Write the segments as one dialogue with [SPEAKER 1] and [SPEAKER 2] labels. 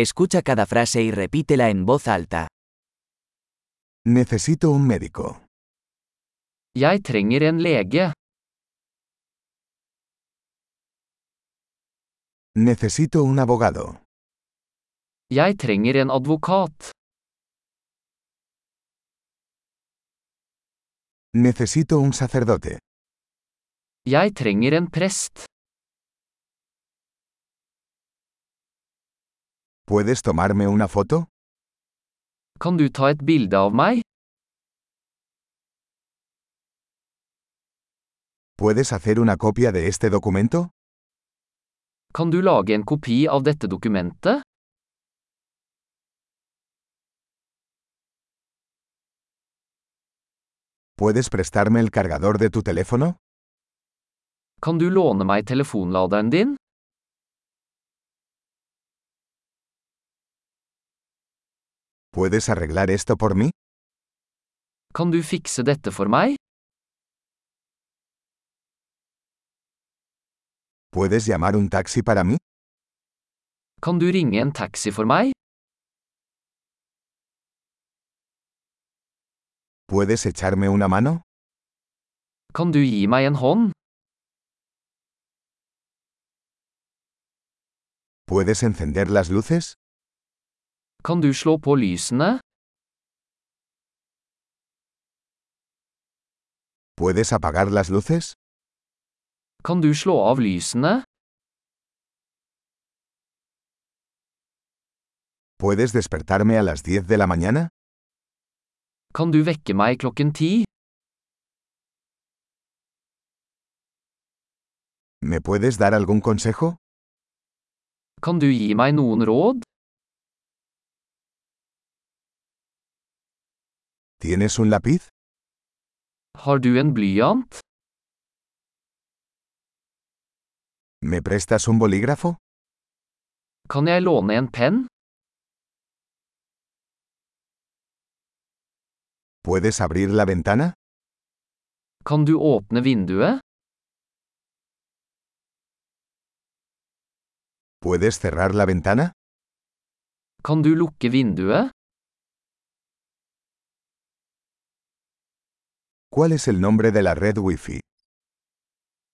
[SPEAKER 1] Escucha cada frase y repítela en voz alta.
[SPEAKER 2] Necesito un médico.
[SPEAKER 3] Jeg trenger en lege.
[SPEAKER 2] Necesito un abogado.
[SPEAKER 3] Jeg trenger en advokat.
[SPEAKER 2] Necesito un sacerdote.
[SPEAKER 3] Jeg trenger en prest.
[SPEAKER 2] ¿Puedes tomarme una foto?
[SPEAKER 3] Kan du ta et bilde av meg?
[SPEAKER 2] ¿Puedes hacer una copia de este documento?
[SPEAKER 3] Kan du lage en kopi av dette dokumentet?
[SPEAKER 2] ¿Puedes prestarme el cargador de tu teléfono?
[SPEAKER 3] Kan du låne meg telefonladeren din?
[SPEAKER 2] ¿Puedes arreglar esto por mí?
[SPEAKER 3] Kan du fikse dette for meg?
[SPEAKER 2] ¿Puedes llamar un taxi para mí?
[SPEAKER 3] Kan du ringe en taxi for meg?
[SPEAKER 2] ¿Puedes echarme una mano?
[SPEAKER 3] Kan du gi meg en hånd?
[SPEAKER 2] ¿Puedes encender las luces?
[SPEAKER 3] Kan du slå på lysene?
[SPEAKER 2] ¿Puedes apagar las luces?
[SPEAKER 3] Kan du slå av lysene?
[SPEAKER 2] ¿Puedes despertarme a las 10 de la mañana?
[SPEAKER 3] Kan du vekke meg klokken ti?
[SPEAKER 2] ¿Me puedes dar algún consejo?
[SPEAKER 3] Kan du gi meg noen råd?
[SPEAKER 2] ¿Tienes un lápiz?
[SPEAKER 3] Har du en blyant?
[SPEAKER 2] ¿Me prestas un bolígrafo?
[SPEAKER 3] Kan jeg låne en penn?
[SPEAKER 2] ¿Puedes abrir la ventana?
[SPEAKER 3] Kan du åpne vinduet?
[SPEAKER 2] ¿Puedes cerrar la ventana?
[SPEAKER 3] Kan du lukke vinduet?
[SPEAKER 2] ¿Cuál es el nombre de la red Wi-Fi?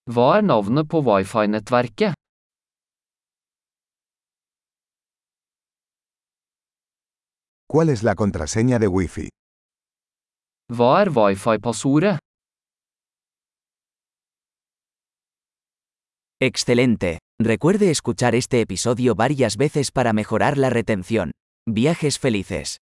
[SPEAKER 3] Hva er navnet på wifi-nettverket?
[SPEAKER 2] ¿Cuál es la contraseña de Wi-Fi?
[SPEAKER 3] Hva er wifi-passordet?
[SPEAKER 1] Excelente. Recuerde escuchar este episodio varias veces para mejorar la retención. Viajes felices.